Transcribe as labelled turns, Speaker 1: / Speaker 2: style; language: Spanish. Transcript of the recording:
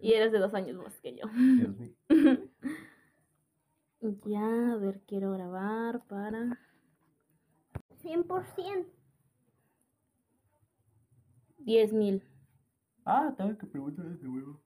Speaker 1: Y eres de dos años más que yo.
Speaker 2: Dios mío.
Speaker 1: Ya, a ver, quiero grabar para...
Speaker 3: 100%.
Speaker 1: 10.000.
Speaker 2: Ah, estaba que pregunta de huevo.